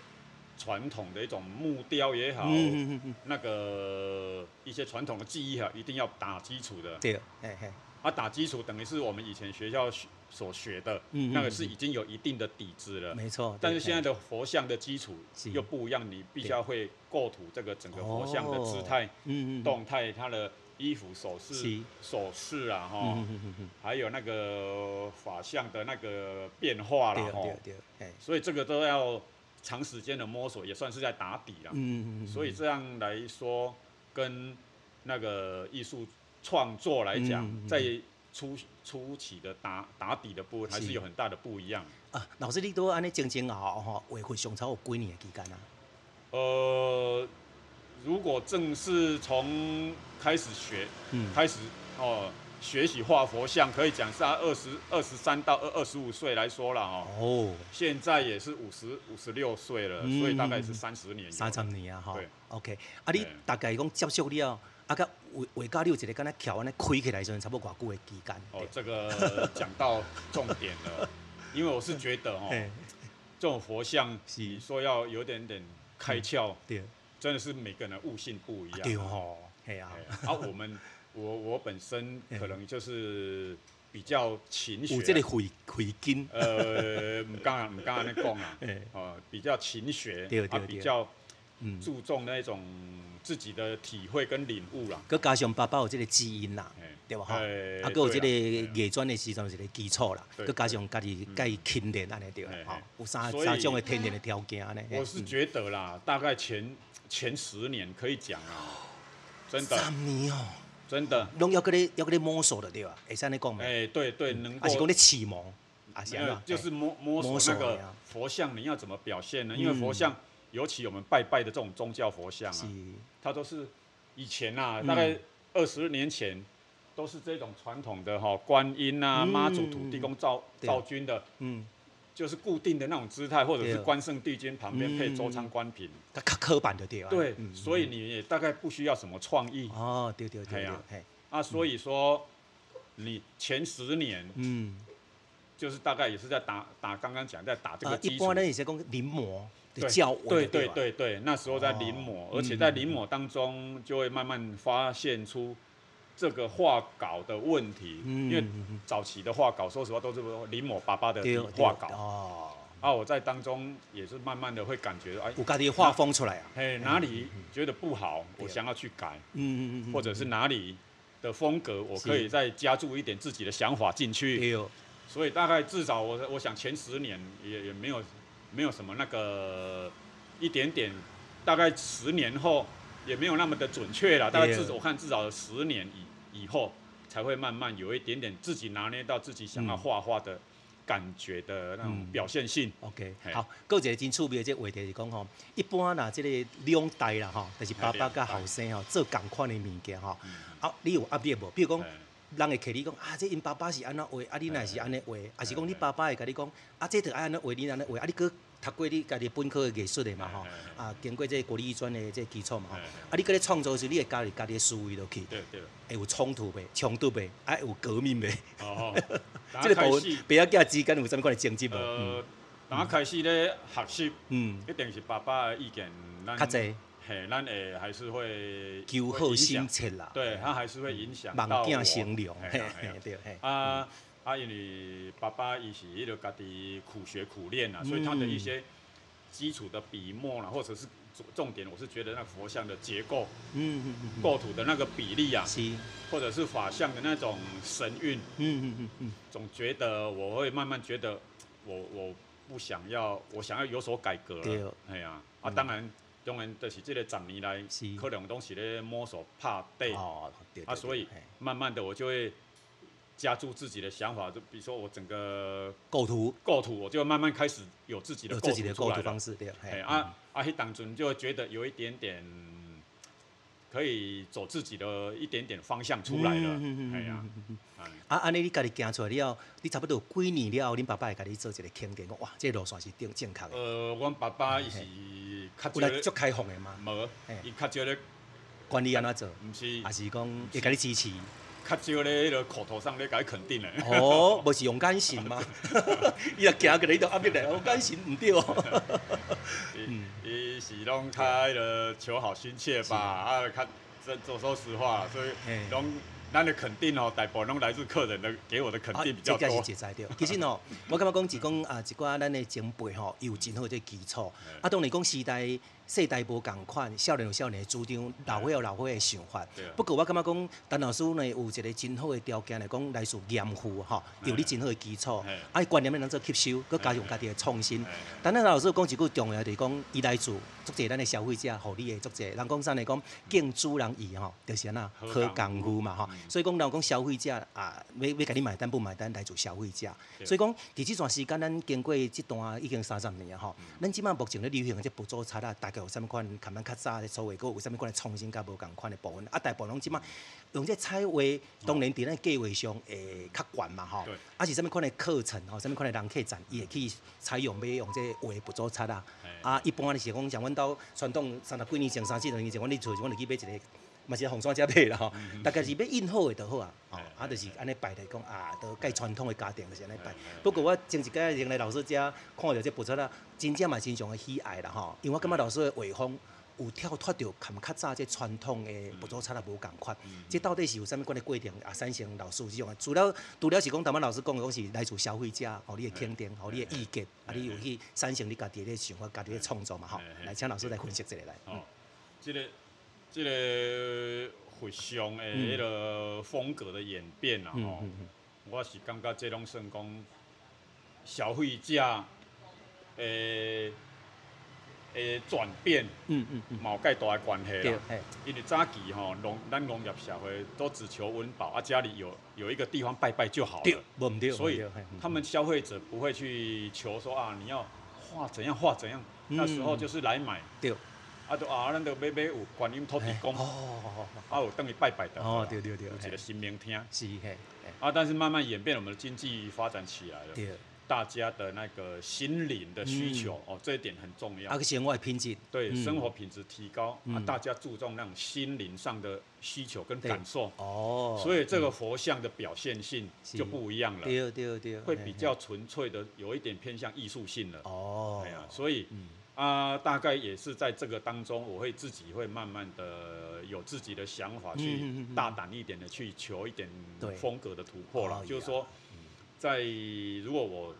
[SPEAKER 3] 传统的一种木雕也好，
[SPEAKER 1] 嗯嗯嗯嗯，
[SPEAKER 3] 那个一些传统的技艺哈，一定要打基础的。
[SPEAKER 1] 对，嘿嘿，
[SPEAKER 3] 啊，打基础等于是我们以前学校学所学的，
[SPEAKER 1] 嗯嗯
[SPEAKER 3] 那个是已经有一定的底子了。
[SPEAKER 1] 没错。
[SPEAKER 3] 但是现在
[SPEAKER 1] 的
[SPEAKER 3] 的佛像的基础
[SPEAKER 1] 啊是
[SPEAKER 3] 又不一样，你必须要会构图这个整个佛像的姿态、
[SPEAKER 1] 嗯嗯，
[SPEAKER 3] 动态，它的衣服、首饰
[SPEAKER 1] 是、
[SPEAKER 3] 首饰啊，哈、
[SPEAKER 1] 嗯，嗯嗯嗯嗯，
[SPEAKER 3] 还有那个法相的那个变化啦，
[SPEAKER 1] 对啊
[SPEAKER 3] 哈
[SPEAKER 1] 对，对，嘿，
[SPEAKER 3] 所以这个都要长时间的摸索，也算是在打底啦。
[SPEAKER 1] 嗯嗯嗯，
[SPEAKER 3] 所以这样来说，跟那个艺术创作来讲，
[SPEAKER 1] 嗯嗯嗯
[SPEAKER 3] 在初初期的打打底的部分，还是有很大的不一样。
[SPEAKER 1] 啊，老师你都安尼前前后后吼，画佛上超有几年的期间啊？
[SPEAKER 3] 呃，如果正是从开始学，
[SPEAKER 1] 嗯，
[SPEAKER 3] 开始哦、学习画佛像，可以讲是他二十二十三到二二十五岁来说了哦。
[SPEAKER 1] 哦。
[SPEAKER 3] 现在也是五十五十六岁了，
[SPEAKER 1] 嗯
[SPEAKER 3] 所以大概
[SPEAKER 1] 嗯
[SPEAKER 3] 是
[SPEAKER 1] 嗯
[SPEAKER 3] 三十年有了。
[SPEAKER 1] 三十年啊，吼
[SPEAKER 3] 对
[SPEAKER 1] ，OK，啊，你
[SPEAKER 3] 对
[SPEAKER 1] 大概讲接触了，啊，甲画画家你有一个敢若桥安尼开起来的时阵，差不多偌久的期间？
[SPEAKER 3] 哦
[SPEAKER 1] 对，
[SPEAKER 3] 这个讲到重点
[SPEAKER 1] *laughs*
[SPEAKER 3] 了，因为我是觉得哦，
[SPEAKER 1] 嘿
[SPEAKER 3] 这种佛像，
[SPEAKER 1] 是
[SPEAKER 3] 你说要有点点开窍，
[SPEAKER 1] 对，
[SPEAKER 3] 真的是每个人的悟性不一
[SPEAKER 1] 啊
[SPEAKER 3] 样。
[SPEAKER 1] 对吼，嘿啊嗯
[SPEAKER 3] 哎，啊，我们我我本身可能就是比较勤学，啊
[SPEAKER 1] 有这个慧慧根，
[SPEAKER 3] 呃，唔敢唔敢安尼讲啊
[SPEAKER 1] *laughs* 哎，
[SPEAKER 3] 哦，比较勤学
[SPEAKER 1] 对，
[SPEAKER 3] 啊
[SPEAKER 1] 对，
[SPEAKER 3] 比
[SPEAKER 1] 对
[SPEAKER 3] 较
[SPEAKER 1] 嗯，
[SPEAKER 3] 注重那种自己的体会跟领悟啦。
[SPEAKER 1] 佮加上爸爸有这个基因啦
[SPEAKER 3] 嘿，
[SPEAKER 1] 对吧？吼，
[SPEAKER 3] 哎
[SPEAKER 1] 啊，佮有这个
[SPEAKER 3] 对啦
[SPEAKER 1] 艺专的时阵有一个基础啦，
[SPEAKER 3] 对嗯
[SPEAKER 1] 佮加上家己家己勤练安尼对啦
[SPEAKER 3] 嘿，
[SPEAKER 1] 吼
[SPEAKER 3] 嘿，
[SPEAKER 1] 有三
[SPEAKER 3] 所以
[SPEAKER 1] 三种的天然的条件安尼。嘿
[SPEAKER 3] 我是觉得啦，大概前前十年可以讲啊，真的
[SPEAKER 1] 三年哦，
[SPEAKER 3] 真的，
[SPEAKER 1] 拢要佮你要佮你摸索的对吧？会使安尼讲袂？
[SPEAKER 3] 哎，对对，能
[SPEAKER 1] 嗯还是讲
[SPEAKER 3] 够
[SPEAKER 1] 你启蒙？啊是安
[SPEAKER 3] 呃
[SPEAKER 1] 怎？
[SPEAKER 3] 就是摸摸
[SPEAKER 1] 摸
[SPEAKER 3] 索
[SPEAKER 1] 索
[SPEAKER 3] 那
[SPEAKER 1] 一
[SPEAKER 3] 个
[SPEAKER 1] 下
[SPEAKER 3] 佛像，你要怎么表现呢？因为
[SPEAKER 1] 嗯
[SPEAKER 3] 佛像，尤其我们拜拜的这种宗教佛像
[SPEAKER 1] 嘿是。
[SPEAKER 3] 啊，它都是以前啊，
[SPEAKER 1] 嗯
[SPEAKER 3] 大概二十年前。都是这种传统的哈，观音啊、
[SPEAKER 1] 嗯
[SPEAKER 3] 妈祖、土地公、赵
[SPEAKER 1] 对
[SPEAKER 3] 赵君的，
[SPEAKER 1] 嗯，
[SPEAKER 3] 就是固定的那种姿态，或者
[SPEAKER 1] 对
[SPEAKER 3] 是
[SPEAKER 1] 啊
[SPEAKER 3] 关圣帝君旁边配
[SPEAKER 1] 嗯
[SPEAKER 3] 周仓官品，
[SPEAKER 1] 较较刻板就对啊。
[SPEAKER 3] 对，
[SPEAKER 1] 嗯
[SPEAKER 3] 所以你也大概不需要什么创意，
[SPEAKER 1] 哦，对对对
[SPEAKER 3] 嘿
[SPEAKER 1] 对
[SPEAKER 3] 啊，
[SPEAKER 1] 嘿，
[SPEAKER 3] 啊，所以说你前十年
[SPEAKER 1] 嗯，
[SPEAKER 3] 就是大概也是在打打刚刚讲在打这个
[SPEAKER 1] 啊，一
[SPEAKER 3] 基础，
[SPEAKER 1] 般呢也是讲临摹
[SPEAKER 3] 对
[SPEAKER 1] 的教
[SPEAKER 3] 对
[SPEAKER 1] 文，
[SPEAKER 3] 对
[SPEAKER 1] 吧，
[SPEAKER 3] 对对，那时候在临摹，
[SPEAKER 1] 哦
[SPEAKER 3] 而且在临摹当中就会慢慢发现出这个画稿的问题，
[SPEAKER 1] 嗯
[SPEAKER 3] 因为
[SPEAKER 1] 嗯嗯
[SPEAKER 3] 早期的画稿说实话都是临摹爸爸的
[SPEAKER 1] 对
[SPEAKER 3] 画稿，
[SPEAKER 1] 哦，
[SPEAKER 3] 啊，我在当中也是慢慢的会感觉到哎
[SPEAKER 1] 有。家己的画风出来啊，
[SPEAKER 3] 嘿，哪里觉得不好，
[SPEAKER 1] 对
[SPEAKER 3] 我想要去改，
[SPEAKER 1] 嗯嗯嗯嗯，
[SPEAKER 3] 或者是哪里的风格，我
[SPEAKER 1] 是
[SPEAKER 3] 可以再加注一点自己的想法进去。
[SPEAKER 1] 对，
[SPEAKER 3] 所以大概至少我我想前十年也也没有没有什么那个一点点，大概十年后也没有那么的准确了。大概
[SPEAKER 1] 对
[SPEAKER 3] 至少我看至少有十年以以后才会慢慢有一点点自己拿捏到自己想
[SPEAKER 1] 嗯
[SPEAKER 3] 要画画的感觉的那种表现性。
[SPEAKER 1] OK，
[SPEAKER 3] 嘿
[SPEAKER 1] 好，搁一个真趣味的这个话题是讲吼，一般啦，即个两代啦吼，就是爸爸甲后生吼做共款的物件吼，
[SPEAKER 3] 嗯
[SPEAKER 1] 啊，你有压力无？比如讲
[SPEAKER 3] 嘿。
[SPEAKER 1] 人会摕你讲啊，这因爸爸是安怎画，啊你若是安尼画，啊是讲你爸爸会甲你讲，啊这着爱安尼画，你安尼画，啊你搁读过你家己本科的艺术的嘛吼
[SPEAKER 3] 嘿嘿，嘿
[SPEAKER 1] 啊经过这个国立艺专的这个基础嘛吼，
[SPEAKER 3] 嘿嘿
[SPEAKER 1] 啊你搁咧创作的时候，你会加入家己的思维落去，
[SPEAKER 3] 哎对对，
[SPEAKER 1] 会有冲突袂，冲突袂，啊会有革命袂， *laughs*
[SPEAKER 3] 哦，
[SPEAKER 1] 这
[SPEAKER 3] 这
[SPEAKER 1] 个部分爸仔囝之间有甚物款的争执无？嗯
[SPEAKER 3] 呃，打开始咧学习，
[SPEAKER 1] 嗯，
[SPEAKER 3] 一定是爸爸的意见，咱
[SPEAKER 1] 较侪。
[SPEAKER 3] 嘿，咱会还是会
[SPEAKER 1] 求
[SPEAKER 3] 会
[SPEAKER 1] 好
[SPEAKER 3] 影
[SPEAKER 1] 心
[SPEAKER 3] 响
[SPEAKER 1] 切啦，
[SPEAKER 3] 对，他还是会影响
[SPEAKER 1] 望
[SPEAKER 3] 到我
[SPEAKER 1] 见成龙，
[SPEAKER 3] 嘿
[SPEAKER 1] 嘿
[SPEAKER 3] 啊嘿啊
[SPEAKER 1] 嘿对嘿，
[SPEAKER 3] 啊啊，因为爸爸伊是迄个家己苦学苦练
[SPEAKER 1] 嗯
[SPEAKER 3] 啊，所以他的一些基础的笔墨啦，或者是重重点，我是觉得那佛像的结构、
[SPEAKER 1] 嗯嗯嗯嗯，
[SPEAKER 3] 构图的那个比例啊，
[SPEAKER 1] 是，
[SPEAKER 3] 或者是法相的那种神韵，
[SPEAKER 1] 嗯嗯嗯嗯，
[SPEAKER 3] 总觉得我会慢慢觉得我我不想要，我想要有所改革
[SPEAKER 1] 对嗯
[SPEAKER 3] 了。哎呀，啊，当然当然，就是这个十年来
[SPEAKER 1] 是，
[SPEAKER 3] 可能都是咧摸索拍底。
[SPEAKER 1] 哦，对对
[SPEAKER 3] 啊，
[SPEAKER 1] 对
[SPEAKER 3] 所以
[SPEAKER 1] 嘿
[SPEAKER 3] 慢慢的我就会加注自己的想法，就比如说我整个
[SPEAKER 1] 构图
[SPEAKER 3] 构图，我就会慢慢开始有自己的
[SPEAKER 1] 有
[SPEAKER 3] 构
[SPEAKER 1] 自己的构
[SPEAKER 3] 图出来
[SPEAKER 1] 图
[SPEAKER 3] 了
[SPEAKER 1] 方。嗯式，对，
[SPEAKER 3] 哎，啊啊，迄当中就会觉得有一点点嗯可以走自己的一点点方向出
[SPEAKER 1] 嗯
[SPEAKER 3] 来了。哎呀，哎
[SPEAKER 1] 啊，安尼你家己行出来了，你差不多有几年了后，恁爸爸会甲你做一个肯定，讲哇，这个路线是正正确的，
[SPEAKER 3] 呃，阮爸爸伊是较
[SPEAKER 1] 有
[SPEAKER 3] 少
[SPEAKER 1] 来
[SPEAKER 3] 咧
[SPEAKER 1] 足，开放的嘛，
[SPEAKER 3] 无
[SPEAKER 1] 嘿，
[SPEAKER 3] 伊较少咧，
[SPEAKER 1] 管你安怎做，
[SPEAKER 3] 毋是
[SPEAKER 1] 还是讲会甲你支持，
[SPEAKER 3] 较少咧迄个口头上咧甲伊肯定诶。
[SPEAKER 1] 哦，无是用眼神 *laughs* 嘛，伊若行过来，伊就压力来，用眼神毋对哦，
[SPEAKER 3] 伊伊是拢较迄个求好心切吧，啊，较这这说实话，所以
[SPEAKER 1] 嘿
[SPEAKER 3] 拢咱的肯定哦，大部分拢来自客人的给我的肯定比较
[SPEAKER 1] 啊、这才
[SPEAKER 3] 多
[SPEAKER 1] 是。一在对。 *laughs* 其实哦，我感觉讲是讲啊，一寡咱的前辈吼，伊有真好的这个基础。啊，当然讲时代世代无共款，少年有少年的主张，老伙有老伙的想法
[SPEAKER 3] 对啊。
[SPEAKER 1] 不过我感觉讲，陈老师呢有一个真好的条件来讲，来自严父吼，有你真好的基础
[SPEAKER 3] 嘿，
[SPEAKER 1] 啊，伊观念要能做吸收，佮加上家己的创新
[SPEAKER 3] 嘿。
[SPEAKER 1] 但咱老师讲一句重要，就是讲伊来自足侪咱的消费者，互你的足侪。人讲啥呢？讲敬主人意吼，就是安那
[SPEAKER 3] 好
[SPEAKER 1] 好
[SPEAKER 3] 工
[SPEAKER 1] 功夫嘛吼。
[SPEAKER 3] 嗯
[SPEAKER 1] 所以讲，人讲消费者啊，要要甲你买单不买单，来自消费者。
[SPEAKER 3] 对
[SPEAKER 1] 所以讲，伫即段时间，咱经过即段已经三十年啊吼，
[SPEAKER 3] 嗯
[SPEAKER 1] 咱即满目前咧流行的即补助差啊，大概有啥物款，含咱较早的所谓，佫有啥物款的创新甲无共款的部分。啊，大部分拢即满
[SPEAKER 3] 嗯
[SPEAKER 1] 用这彩绘，当然伫咱计划上会较悬嘛吼
[SPEAKER 3] 对。
[SPEAKER 1] 啊是啥物款的课程吼，啥物款的人客展，伊会去采用要用这画补助差啊。
[SPEAKER 3] 嘿
[SPEAKER 1] 啊，一般就是讲，像阮兜传统三十几年前、三四十年前，阮咧厝，阮就去买一个，嘛是红山遮买啦吼，大概是要印好的就好啊，吼
[SPEAKER 3] 嗯嘿，
[SPEAKER 1] 啊，就是安尼摆来讲啊，都介传统的家庭就是安尼摆
[SPEAKER 3] 嘿嘿。
[SPEAKER 1] 不过我前一届用来老师遮看着这布出啊，真正嘛真常的喜爱啦吼，因为我感觉老师的画风。有跳脱着含较早这传统的布做差也无共款，
[SPEAKER 3] 嗯
[SPEAKER 1] 这到底是有啥物款的过程啊？产生老师有这种的，除了除了是讲，头仔老师讲的，讲是来自消费者，吼你的肯定，吼你的意见，啊，你有去产生你家己的想法，家己的创作嘛吼
[SPEAKER 3] 嘿嘿。
[SPEAKER 1] 来，请老师来分析一下来。
[SPEAKER 3] 哦，这个这个佛像的迄个风格的演变啊，
[SPEAKER 1] 嗯
[SPEAKER 3] 吼
[SPEAKER 1] 嗯嗯，
[SPEAKER 3] 我是感觉这拢算讲消费者诶诶转变，
[SPEAKER 1] 嗯嗯嗯，
[SPEAKER 3] 嘛有介大的关系
[SPEAKER 1] 对
[SPEAKER 3] 啦。，
[SPEAKER 1] 嘿，
[SPEAKER 3] 因为早期吼农咱农业社会都只求温饱，啊家里有有一个地方拜拜就好
[SPEAKER 1] 对
[SPEAKER 3] 了，，
[SPEAKER 1] 无毋对，
[SPEAKER 3] 所以
[SPEAKER 1] 对嘿嗯
[SPEAKER 3] 他们消费者不会去求说啊你要画怎样画怎样，那时候就是来买，
[SPEAKER 1] 对，
[SPEAKER 3] 啊都啊咱都买买有观音土地公，啊
[SPEAKER 1] 哦
[SPEAKER 3] 有等于拜拜的，
[SPEAKER 1] 哦，对对对
[SPEAKER 3] 有，一
[SPEAKER 1] 嘿
[SPEAKER 3] 个神明厅，
[SPEAKER 1] 是嘿，嘿
[SPEAKER 3] 啊但是慢慢演变，我们的经济发展起来了，
[SPEAKER 1] 对，
[SPEAKER 3] 大家的那个心灵的需求哦这一点很重要
[SPEAKER 1] 嗯啊，个生活的品质，
[SPEAKER 3] 对，
[SPEAKER 1] 嗯
[SPEAKER 3] 生活品质提高、啊
[SPEAKER 1] 嗯，
[SPEAKER 3] 大家注重那种心灵上的需求跟
[SPEAKER 1] 对
[SPEAKER 3] 感受，
[SPEAKER 1] 哦，嗯
[SPEAKER 3] 所以这个佛像的表现性
[SPEAKER 1] 是
[SPEAKER 3] 就不一样了，
[SPEAKER 1] 对对对，
[SPEAKER 3] 会
[SPEAKER 1] 嘿
[SPEAKER 3] 比较纯粹的，有一点偏向艺术性了
[SPEAKER 1] 嘿。哦
[SPEAKER 3] 哎，呀，所以
[SPEAKER 1] 嗯
[SPEAKER 3] 啊，大概也是在这个当中，我会自己会慢慢的有自己的想法，
[SPEAKER 1] 嗯嗯
[SPEAKER 3] 去
[SPEAKER 1] 嗯嗯
[SPEAKER 3] 大胆一点的去求一点
[SPEAKER 1] 对
[SPEAKER 3] 风格的突破
[SPEAKER 1] 哦
[SPEAKER 3] 了。就是
[SPEAKER 1] 呀
[SPEAKER 3] 说，在如果我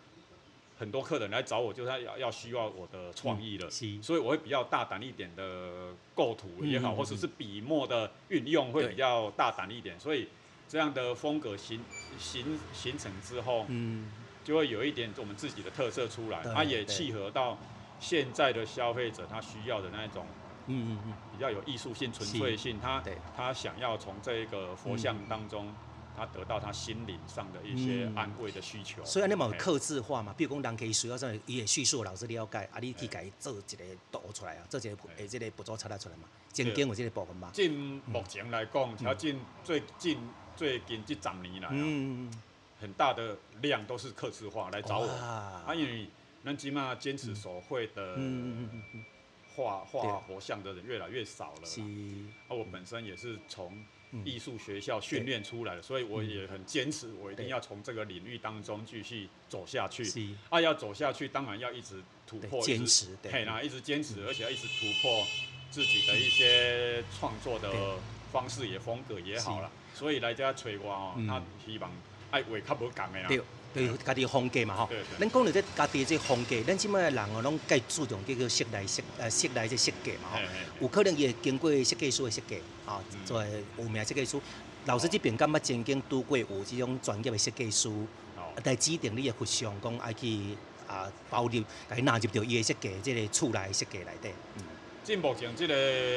[SPEAKER 3] 很多客人来找我，就是他要要需要我的创意了，
[SPEAKER 1] 嗯是
[SPEAKER 3] 所以我会比较大胆一点的构图也
[SPEAKER 1] 嗯嗯
[SPEAKER 3] 好，
[SPEAKER 1] 嗯
[SPEAKER 3] 或者是笔墨的运用会
[SPEAKER 1] 对
[SPEAKER 3] 比较大胆一点，所以这样的风格形形形成之后，
[SPEAKER 1] 嗯，
[SPEAKER 3] 就会有一点我们自己的特色出来，
[SPEAKER 1] 对
[SPEAKER 3] 它也
[SPEAKER 1] 对
[SPEAKER 3] 契合到现在的消费者他需要的那一种
[SPEAKER 1] 嗯嗯嗯，
[SPEAKER 3] 比较有艺术性、纯粹性，他
[SPEAKER 1] 对
[SPEAKER 3] 他想要从这个佛像当中他得到他心灵上的一些
[SPEAKER 1] 嗯
[SPEAKER 3] 安慰的需求。
[SPEAKER 1] 所以安尼嘛有
[SPEAKER 3] 嘿
[SPEAKER 1] 克制化嘛，比如讲人可以需要啥，伊会叙述老师了解，啊，你去甲伊做一个图出来啊，做一个诶，即个步骤出来出来嘛，正经有即个部分嘛。
[SPEAKER 3] 近目前来讲，条近最近最近这十年来、啊，
[SPEAKER 1] 嗯，
[SPEAKER 3] 很大的量都是客制化来找我，啊，
[SPEAKER 1] 啊，
[SPEAKER 3] 因为咱起码坚持手绘的
[SPEAKER 1] 嗯嗯嗯嗯
[SPEAKER 3] 画
[SPEAKER 1] 对
[SPEAKER 3] 画活像的人越来越少了
[SPEAKER 1] 嗯，
[SPEAKER 3] 啦。
[SPEAKER 1] 是，
[SPEAKER 3] 啊，我本身也是从
[SPEAKER 1] 嗯
[SPEAKER 3] 艺术学校训练出来的，所以我也很坚持，我一定要从这个领域当中继续走下去。
[SPEAKER 1] 是
[SPEAKER 3] 啊，要走下去，当然要一直突破，
[SPEAKER 1] 对
[SPEAKER 3] 一直
[SPEAKER 1] 坚持对嗯
[SPEAKER 3] 嘿啦，一直坚持，而且要一直突破自己的一些创作的
[SPEAKER 1] 对
[SPEAKER 3] 方式也风格也好啦。所以来家找我哦，
[SPEAKER 1] 嗯
[SPEAKER 3] 他希望爱画较无共的啦。
[SPEAKER 1] 对，对，家己的风格嘛吼
[SPEAKER 3] 对。对
[SPEAKER 1] 咱讲到这家己的这风格，咱即摆人哦，拢介注重这个室内设呃室内这设计嘛吼
[SPEAKER 3] 嘿，。嘿嘿
[SPEAKER 1] 有可能伊会经过设计师的设计，啊，
[SPEAKER 3] 嗯
[SPEAKER 1] 做有名设计师。老师这边敢捌曾经拄过有即种专业的设计师？
[SPEAKER 3] 好
[SPEAKER 1] 但指定你的佛像讲爱去啊包入，甲伊纳入到伊的设计，即、个厝内的设计内底。
[SPEAKER 3] 进目前这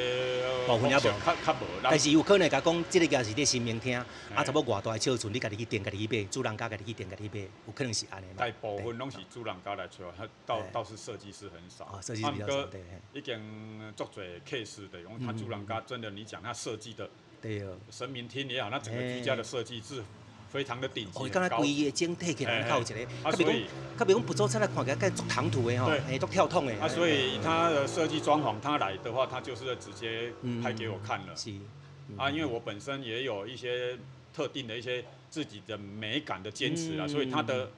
[SPEAKER 1] 部分也无
[SPEAKER 3] 个方向较较无啦
[SPEAKER 1] 但。是有可能甲讲，即、个也是你的新名厅，啊，
[SPEAKER 3] 嘿
[SPEAKER 1] 差不多偌大的尺寸，你家己去定，家己去买，主人家家己去定，家己去买，有可能是安尼嘛。
[SPEAKER 3] 嗯大部分拢是主人家来找，他倒
[SPEAKER 1] 对
[SPEAKER 3] 倒是设计师很少。
[SPEAKER 1] 啊，设计师比较
[SPEAKER 3] 啊
[SPEAKER 1] 少，
[SPEAKER 3] 不过
[SPEAKER 1] 对嗯嘿
[SPEAKER 3] 已经做做 case 的，用他主人家真的，你讲他设计的
[SPEAKER 1] 对哦。
[SPEAKER 3] 神明厅也好，那整个居家的设计是非常的顶级，
[SPEAKER 1] 哦，伊
[SPEAKER 3] 很
[SPEAKER 1] 敢若
[SPEAKER 3] 高
[SPEAKER 1] 规个整体起来，
[SPEAKER 3] 嘿
[SPEAKER 1] 较有一个，
[SPEAKER 3] 啊
[SPEAKER 1] 较比如
[SPEAKER 3] 所
[SPEAKER 1] 讲
[SPEAKER 3] 以，
[SPEAKER 1] 较比如讲，不做出来看起来，介足唐突的吼，
[SPEAKER 3] 对
[SPEAKER 1] 嘿，足跳动的。
[SPEAKER 3] 啊，所以他的设计装潢，他来的话，他就是直接
[SPEAKER 1] 嗯
[SPEAKER 3] 拍给我看了
[SPEAKER 1] 是嗯
[SPEAKER 3] 啊，因为我本身也有一些特定的一些自己的美感的坚持啊，
[SPEAKER 1] 嗯
[SPEAKER 3] 所以他的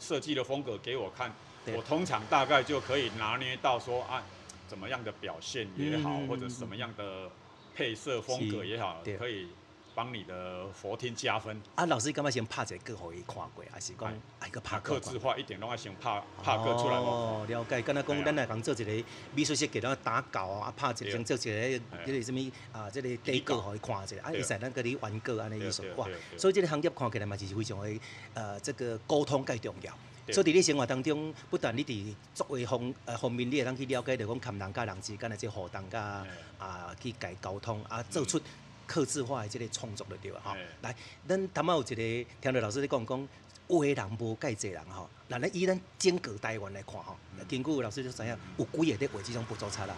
[SPEAKER 3] 设计的风格给我看，
[SPEAKER 1] 对
[SPEAKER 3] 我通常大概就可以拿捏到说啊，怎么样的表现也好，
[SPEAKER 1] 嗯
[SPEAKER 3] 或者什么样的配色风格也好
[SPEAKER 1] 是对，
[SPEAKER 3] 可以帮你的佛厅加分。
[SPEAKER 1] 啊，老师敢捌先拍一个，互伊看过，还是讲
[SPEAKER 3] 哎
[SPEAKER 1] 啊，个拍
[SPEAKER 3] 克
[SPEAKER 1] 过看
[SPEAKER 3] 制化一点，拢爱先拍拍个出来哦。
[SPEAKER 1] 哦，了解，敢若
[SPEAKER 3] 哎
[SPEAKER 1] 讲，
[SPEAKER 3] 呀
[SPEAKER 1] 咱来讲做一个美术设计，咱打稿啊，拍一
[SPEAKER 3] 对
[SPEAKER 1] 个，做一个
[SPEAKER 3] 哎呀
[SPEAKER 1] 迄个什物啊，即个底稿互伊看一下，啊，
[SPEAKER 3] 对
[SPEAKER 1] 会使咱甲你原稿安尼意思
[SPEAKER 3] 对对啊
[SPEAKER 1] 哇
[SPEAKER 3] 对。对
[SPEAKER 1] 所以即个行业看起来嘛是非常的呃，这个沟通介重要。
[SPEAKER 3] 对
[SPEAKER 1] 所以伫你生活当中，不但你伫作为方呃方面，你会当去了解着讲，跟人甲人之间的即互动甲
[SPEAKER 3] 哎嗯
[SPEAKER 1] 啊去解沟通啊，做出克制化的即个创作就对啊吼
[SPEAKER 3] 哎。
[SPEAKER 1] 来，咱头仔有一个听到老师咧讲讲，有的人无介济人吼，那咱以咱整个台湾来看吼，
[SPEAKER 3] 嗯
[SPEAKER 1] 根据老师就知影，有几个咧画即种不做差啦，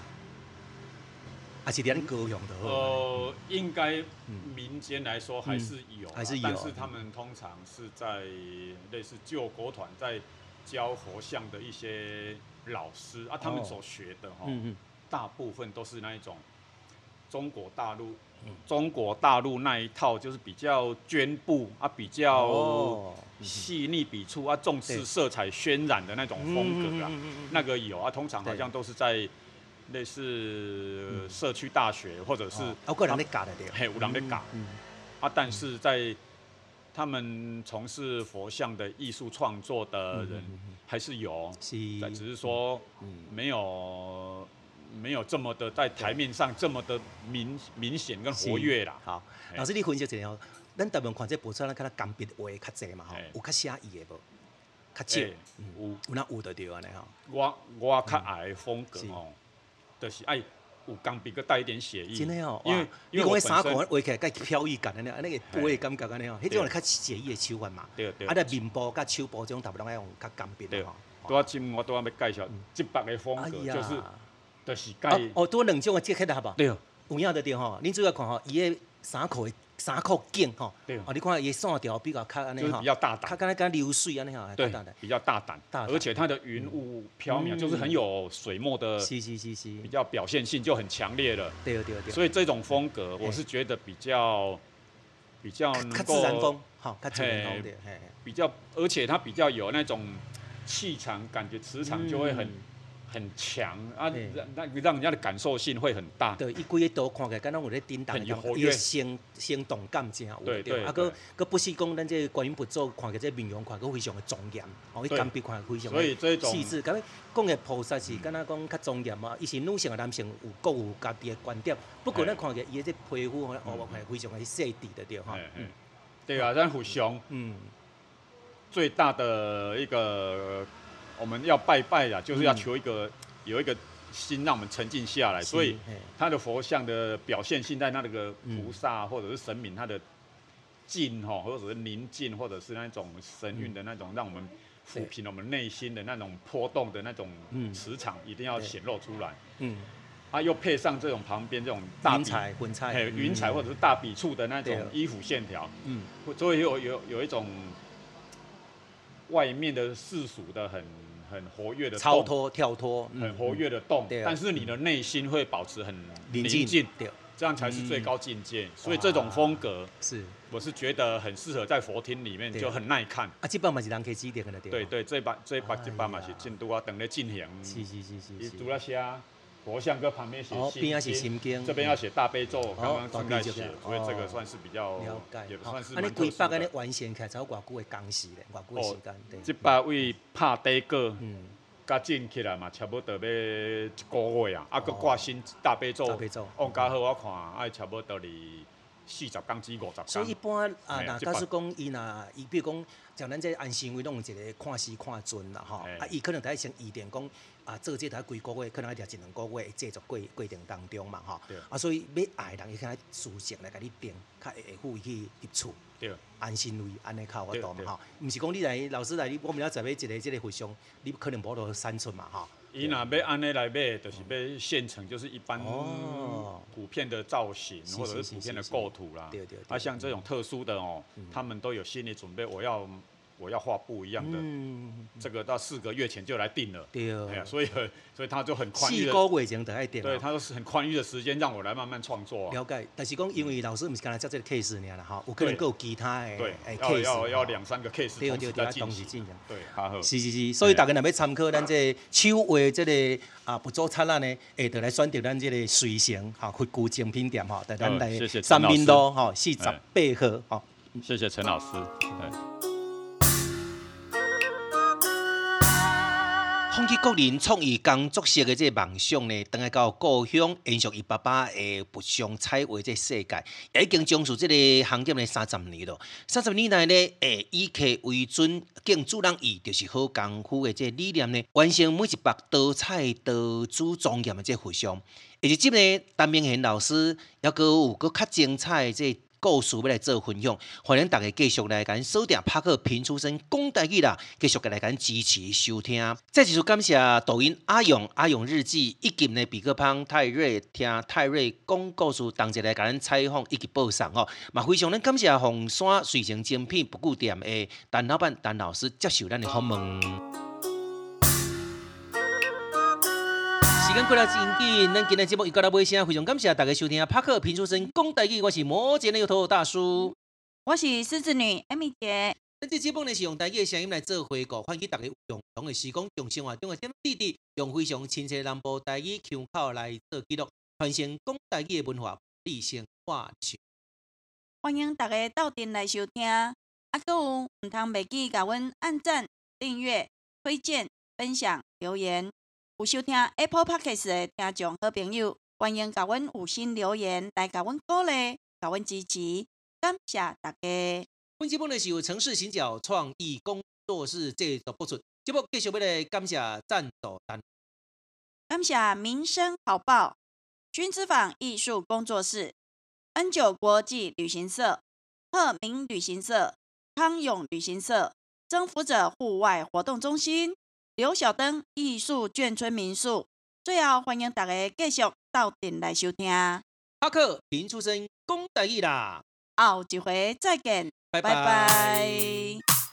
[SPEAKER 1] 啊是伫咱高雄就好。
[SPEAKER 3] 呃，应该
[SPEAKER 1] 嗯
[SPEAKER 3] 民间来说还是有啊，
[SPEAKER 1] 还是有
[SPEAKER 3] 但是他们通常是在类似救国团在教佛像的一些老师啊，他们
[SPEAKER 1] 哦
[SPEAKER 3] 所学的哈、
[SPEAKER 1] 嗯嗯，
[SPEAKER 3] 大部分都是那一种中国大陆
[SPEAKER 1] 嗯。
[SPEAKER 3] 中国大陆那一套就是比较绢布啊，比较
[SPEAKER 1] 哦嗯
[SPEAKER 3] 细腻笔触啊，重
[SPEAKER 1] 对
[SPEAKER 3] 视色彩渲染的那种风格啊。
[SPEAKER 1] 嗯嗯嗯嗯嗯
[SPEAKER 3] 那个有啊，通常好像都是在类似社区大学或者是
[SPEAKER 1] 嗯哦有个人咧教的对了。
[SPEAKER 3] 嘿有人咧教
[SPEAKER 1] 嗯，
[SPEAKER 3] 啊，但是在他们从事佛像的艺术创作的
[SPEAKER 1] 嗯
[SPEAKER 3] 人还是有，
[SPEAKER 1] 是嗯
[SPEAKER 3] 但只是说没有没有这么的在台面上这么的明明显跟活跃啦。
[SPEAKER 1] 好，
[SPEAKER 3] 嘿
[SPEAKER 1] 老师你分析一下吼，咱大部分看这报纸，咱看到干笔画的较济嘛吼
[SPEAKER 3] 嘿，
[SPEAKER 1] 有较写意的无？较少
[SPEAKER 3] 嘿，
[SPEAKER 1] 嗯
[SPEAKER 3] 哎有
[SPEAKER 1] 有那有就对安尼吼。
[SPEAKER 3] 我我较爱的风格
[SPEAKER 1] 嗯是
[SPEAKER 3] 哦，就是爱有钢笔，佮带一点写意。
[SPEAKER 1] 真的哦，
[SPEAKER 3] 嗯因
[SPEAKER 1] 哇
[SPEAKER 3] 为
[SPEAKER 1] 你
[SPEAKER 3] 因为
[SPEAKER 1] 讲那衫
[SPEAKER 3] 我本身
[SPEAKER 1] 裤画起来，介飘逸感安尼，安尼个
[SPEAKER 3] 嘿
[SPEAKER 1] 飞的感觉安尼哦，迄种就较写意的手法嘛。
[SPEAKER 3] 对对
[SPEAKER 1] 啊，咱面部甲手部这种，大部分拢爱用较干笔
[SPEAKER 3] 对
[SPEAKER 1] 的吼。哎
[SPEAKER 3] 拄啊，今我拄啊要介绍即北的风格，就是就是介
[SPEAKER 1] 啊哦，多两种的结合的好不好？
[SPEAKER 3] 对哦
[SPEAKER 1] 有影就对吼，恁主要看吼，伊的衫裤的衫裤颈吼，
[SPEAKER 3] 对
[SPEAKER 1] 哦，你看伊的线条比较较安尼
[SPEAKER 3] 就是
[SPEAKER 1] 吼
[SPEAKER 3] 比，较
[SPEAKER 1] 较
[SPEAKER 3] 大胆，
[SPEAKER 1] 敢若敢流水安尼吼，啊较
[SPEAKER 3] 对
[SPEAKER 1] 大的，
[SPEAKER 3] 比较大胆
[SPEAKER 1] 大，胆
[SPEAKER 3] 而且它的云雾飘渺，
[SPEAKER 1] 嗯
[SPEAKER 3] 就是很有水墨的，
[SPEAKER 1] 是是是是，
[SPEAKER 3] 比较表现性就很强烈了。
[SPEAKER 1] 对对对，
[SPEAKER 3] 所以这种风格，我是觉得比较比较
[SPEAKER 1] 较较
[SPEAKER 3] 能
[SPEAKER 1] 自然
[SPEAKER 3] 够
[SPEAKER 1] 风，吼，较自然风
[SPEAKER 3] 嘿
[SPEAKER 1] 对，嘿，嘿
[SPEAKER 3] 比较，而且它比较有那种气场，感觉磁场就会很
[SPEAKER 1] 嗯
[SPEAKER 3] 很强啊，
[SPEAKER 1] 对
[SPEAKER 3] 让让让人家的感受性会很大。
[SPEAKER 1] 对，伊规个图看起来，敢若有咧叮当的
[SPEAKER 3] 很有
[SPEAKER 1] 感
[SPEAKER 3] 活
[SPEAKER 1] 觉，伊的
[SPEAKER 3] 跃
[SPEAKER 1] 生生动感真有
[SPEAKER 3] 对对
[SPEAKER 1] 啊，
[SPEAKER 3] 对
[SPEAKER 1] 佮佮不是讲咱这个观音佛祖看起来这面容看起来非常的庄严，哦，伊
[SPEAKER 3] 对
[SPEAKER 1] 干笔看起来非常
[SPEAKER 3] 所以这
[SPEAKER 1] 的
[SPEAKER 3] 种
[SPEAKER 1] 细致，敢若讲的菩萨是敢若讲较庄严啊，伊是女性啊男性有各有家己的观点，不过
[SPEAKER 3] 嘿
[SPEAKER 1] 咱看起来伊的这皮肤吼，哦，看起来非常的细致的对吼
[SPEAKER 3] 嘿，嘿
[SPEAKER 1] 嗯
[SPEAKER 3] 对啊，让虎熊。
[SPEAKER 1] 嗯，
[SPEAKER 3] 最大的一个我们要拜拜呀，就是要求一个、有一个心让我们沉静下来，
[SPEAKER 1] 嗯是
[SPEAKER 3] 所以
[SPEAKER 1] 嘿嗯
[SPEAKER 3] 他的佛像的表现性在那个菩萨或者是神明他的静哈，或者是宁静，或者是那种神韵的那种，让我们抚平我们内心的那种波动的那种
[SPEAKER 1] 嗯
[SPEAKER 3] 磁场，一定要
[SPEAKER 1] 对
[SPEAKER 3] 显露出来。
[SPEAKER 1] 嗯，
[SPEAKER 3] 啊，又配上这种旁边这种大
[SPEAKER 1] 云
[SPEAKER 3] 笔
[SPEAKER 1] 彩、云彩
[SPEAKER 3] 嘿，云彩或者是大笔触的那种
[SPEAKER 1] 对
[SPEAKER 3] 衣服线条，
[SPEAKER 1] 嗯
[SPEAKER 3] 所以有有有一种外面的世俗的很很活跃的动
[SPEAKER 1] 超，脱跳脱，嗯
[SPEAKER 3] 很活，跃的动，
[SPEAKER 1] 对啊
[SPEAKER 3] 但是你的内心会保持很
[SPEAKER 1] 宁静，对，
[SPEAKER 3] 这样才是最高境界。所以这种风格，
[SPEAKER 1] 是
[SPEAKER 3] 我是觉得很适合在佛厅里面，
[SPEAKER 1] 对
[SPEAKER 3] 就很耐看。
[SPEAKER 1] 啊，这本嘛是人可以指定的对吧。
[SPEAKER 3] 对对，这把这把
[SPEAKER 1] 哎呀
[SPEAKER 3] 这把嘛是进度啊，等咧进
[SPEAKER 1] 是
[SPEAKER 3] 行。
[SPEAKER 1] 是是是
[SPEAKER 3] 伊
[SPEAKER 1] 是
[SPEAKER 3] 除。了写佛像搁旁边写
[SPEAKER 1] 哦，边啊是
[SPEAKER 3] 心
[SPEAKER 1] 心经，
[SPEAKER 3] 这边要写大悲咒，我刚刚
[SPEAKER 1] 大
[SPEAKER 3] 正
[SPEAKER 1] 悲
[SPEAKER 3] 在
[SPEAKER 1] 咒
[SPEAKER 3] 写
[SPEAKER 1] 哦，
[SPEAKER 3] 所以这个算是比较
[SPEAKER 1] 嗯了解，
[SPEAKER 3] 也
[SPEAKER 1] 好
[SPEAKER 3] 算是
[SPEAKER 1] 啊，你
[SPEAKER 3] 蛮特
[SPEAKER 1] 规
[SPEAKER 3] 殊
[SPEAKER 1] 北安尼
[SPEAKER 3] 的。
[SPEAKER 1] 完成起来，才有偌久的工时咧，偌久的时间，对。
[SPEAKER 3] 哦这把位拍底个，
[SPEAKER 1] 嗯，
[SPEAKER 3] 甲进起来嘛，差不多要一个月啊，啊，搁挂新大悲咒
[SPEAKER 1] 哦大，悲咒
[SPEAKER 3] 往加好我看，啊，差不多离四十天至五十
[SPEAKER 1] 所
[SPEAKER 3] 天
[SPEAKER 1] 以一。般啊，
[SPEAKER 3] 哎呀
[SPEAKER 1] 若
[SPEAKER 3] 这
[SPEAKER 1] 假
[SPEAKER 3] 摆
[SPEAKER 1] 使讲伊若伊，比如讲，像咱这安心位拢有一个看时看准啦吼，
[SPEAKER 3] 哎
[SPEAKER 1] 啊，伊可能得先预定讲啊，做这台几个月，可能要一两个月的制作过过程当中嘛吼
[SPEAKER 3] 对，
[SPEAKER 1] 啊，所以要爱的人伊较事先来甲你定，较会会去接触。
[SPEAKER 3] 对，
[SPEAKER 1] 安心位安尼较有法度嘛
[SPEAKER 3] 对对
[SPEAKER 1] 吼，毋是讲你来老师来，你我明仔载要一个即个回向，你可能无落删除嘛吼。
[SPEAKER 3] 伊若要安尼来买，就是要现成，就是一般
[SPEAKER 1] 哦
[SPEAKER 3] 普遍的造型
[SPEAKER 1] 是
[SPEAKER 3] 或
[SPEAKER 1] 是
[SPEAKER 3] 者是
[SPEAKER 1] 是
[SPEAKER 3] 普遍的
[SPEAKER 1] 是是
[SPEAKER 3] 构图啦。
[SPEAKER 1] 对对嗯对
[SPEAKER 3] 啊，像这种特殊的哦，他们都有心理准备，我要我要画不一样的，
[SPEAKER 1] 嗯，
[SPEAKER 3] 这个到四个月前就来定了。
[SPEAKER 1] 对
[SPEAKER 3] 哎呀，所以很所以他就很宽裕
[SPEAKER 1] 四
[SPEAKER 3] 的，
[SPEAKER 1] 个月前就爱定
[SPEAKER 3] 对，
[SPEAKER 1] 了。
[SPEAKER 3] 他就是很宽裕的时间让我来慢慢创作啊。
[SPEAKER 1] 了解，但是讲因为老师毋是干那接这个 case 尔啦吼，有可能还有其他的
[SPEAKER 3] 对
[SPEAKER 1] 诶，
[SPEAKER 3] 要
[SPEAKER 1] 哎 case
[SPEAKER 3] 要要
[SPEAKER 1] 吼
[SPEAKER 3] 两三个 case
[SPEAKER 1] 对
[SPEAKER 3] 同
[SPEAKER 1] 对对，
[SPEAKER 3] 时在
[SPEAKER 1] 啊
[SPEAKER 3] 进
[SPEAKER 1] 同时
[SPEAKER 3] 行。
[SPEAKER 1] 进行。
[SPEAKER 3] 对，哈好。
[SPEAKER 1] 是是是，所以大家若要参考咱这个手绘这个啊佛祖灿烂呢，会得来选择咱这个随行哈佛古精品店哈，在咱
[SPEAKER 3] 好
[SPEAKER 1] 来
[SPEAKER 3] 谢谢陈
[SPEAKER 1] 三
[SPEAKER 3] 老
[SPEAKER 1] 民
[SPEAKER 3] 师
[SPEAKER 1] 路吼四十八
[SPEAKER 3] 哎
[SPEAKER 1] 号吼。
[SPEAKER 3] 谢谢陈老师。哎
[SPEAKER 1] 放弃个人创意工作室的这个梦想呢，等来到故乡，延续伊爸爸的不祥彩绘这个世界，也已经从事这个行业呢三十年了。三十年来呢，诶，以客为准，敬主人意，就是好功夫的这个理念呢，完成每一百多彩多姿庄严的这个佛像。而且即个陈明贤老师，抑阁有阁较精彩的这个故事要来做分享，欢迎大家继续来咱锁定拍克评出身讲台语啦，继续来咱支持收听。再次感谢抖音阿勇阿勇日记以及呢比克芳泰瑞听泰瑞讲故事，同齐来甲咱采访以及报送哦。嘛，非常咱感谢红山水城精品不顾店的陈老板陈老师接受咱的访问。时间过得真紧，咱今日节目又到了尾声，非常感谢大家收听拍克评出身讲台语，我是摩羯的油头大叔。
[SPEAKER 2] 我是狮子女艾米姐，
[SPEAKER 1] 咱这节目呢是用台语的声音来做回顾，唤起大家有共同的时光，用生活中的点滴滴，用非常亲切的南部台语腔口来做记录，传承讲台语的文化，理性化学。
[SPEAKER 2] 欢迎大家到店来收听。啊，搁有毋通袂记甲阮按赞、订阅、推荐、分享、留言。有收听 Apple Podcast 的听众好朋友，欢迎甲阮五星留言来甲阮鼓励、甲阮支持，感谢大家。
[SPEAKER 1] 本节目呢是由城市行脚创意工作室制作播出。节目继续要来感谢赞助单位
[SPEAKER 2] 感谢民生好报、君子坊艺术工作室、N 九国际旅行社、鹤鸣旅行社、康永旅行社、征服者户外活动中心、刘小灯艺术眷村民宿。最后，欢迎大家继续到店来收听，
[SPEAKER 1] 帕克林出身讲台语啦，
[SPEAKER 2] 后一回再见，
[SPEAKER 1] 拜
[SPEAKER 2] 拜拜